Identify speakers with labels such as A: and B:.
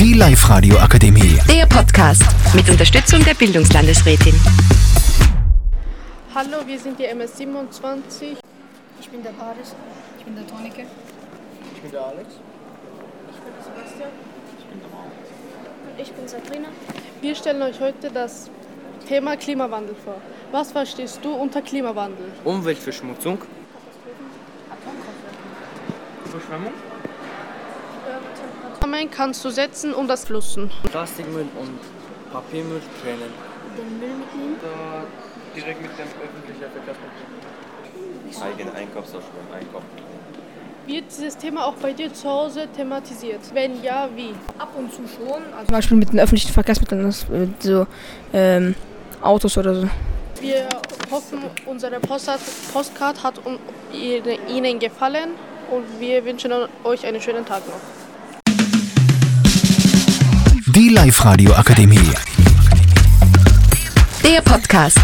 A: Die Live-Radio Akademie.
B: Der Podcast mit Unterstützung der Bildungslandesrätin.
C: Hallo, wir sind die MS27.
D: Ich bin der Paris. Ich bin der Tonike.
E: Ich bin der Alex.
F: Ich bin Sabrina.
C: Wir stellen euch heute das Thema Klimawandel vor. Was verstehst du unter Klimawandel?
E: Umweltverschmutzung. Verschwemmung.
C: Namen kannst du setzen und das Flussen.
E: Plastikmüll und Papiermüll trennen.
D: Den Müll mitnehmen.
E: Direkt mit dem öffentlichen Verkehrsmittel.
G: Eigene Einkaufsausstellung einkaufen.
C: Wird dieses Thema auch bei dir zu Hause thematisiert? Wenn ja, wie?
D: Ab und zu schon. Also
H: Zum Beispiel mit den öffentlichen Verkehrsmitteln, das, mit so ähm, Autos oder so.
C: Wir hoffen, unsere Postat- Postcard hat un- Ihnen Ihnen gefallen und wir wünschen euch einen schönen Tag noch.
A: Die Live-Radio Akademie.
B: Der Podcast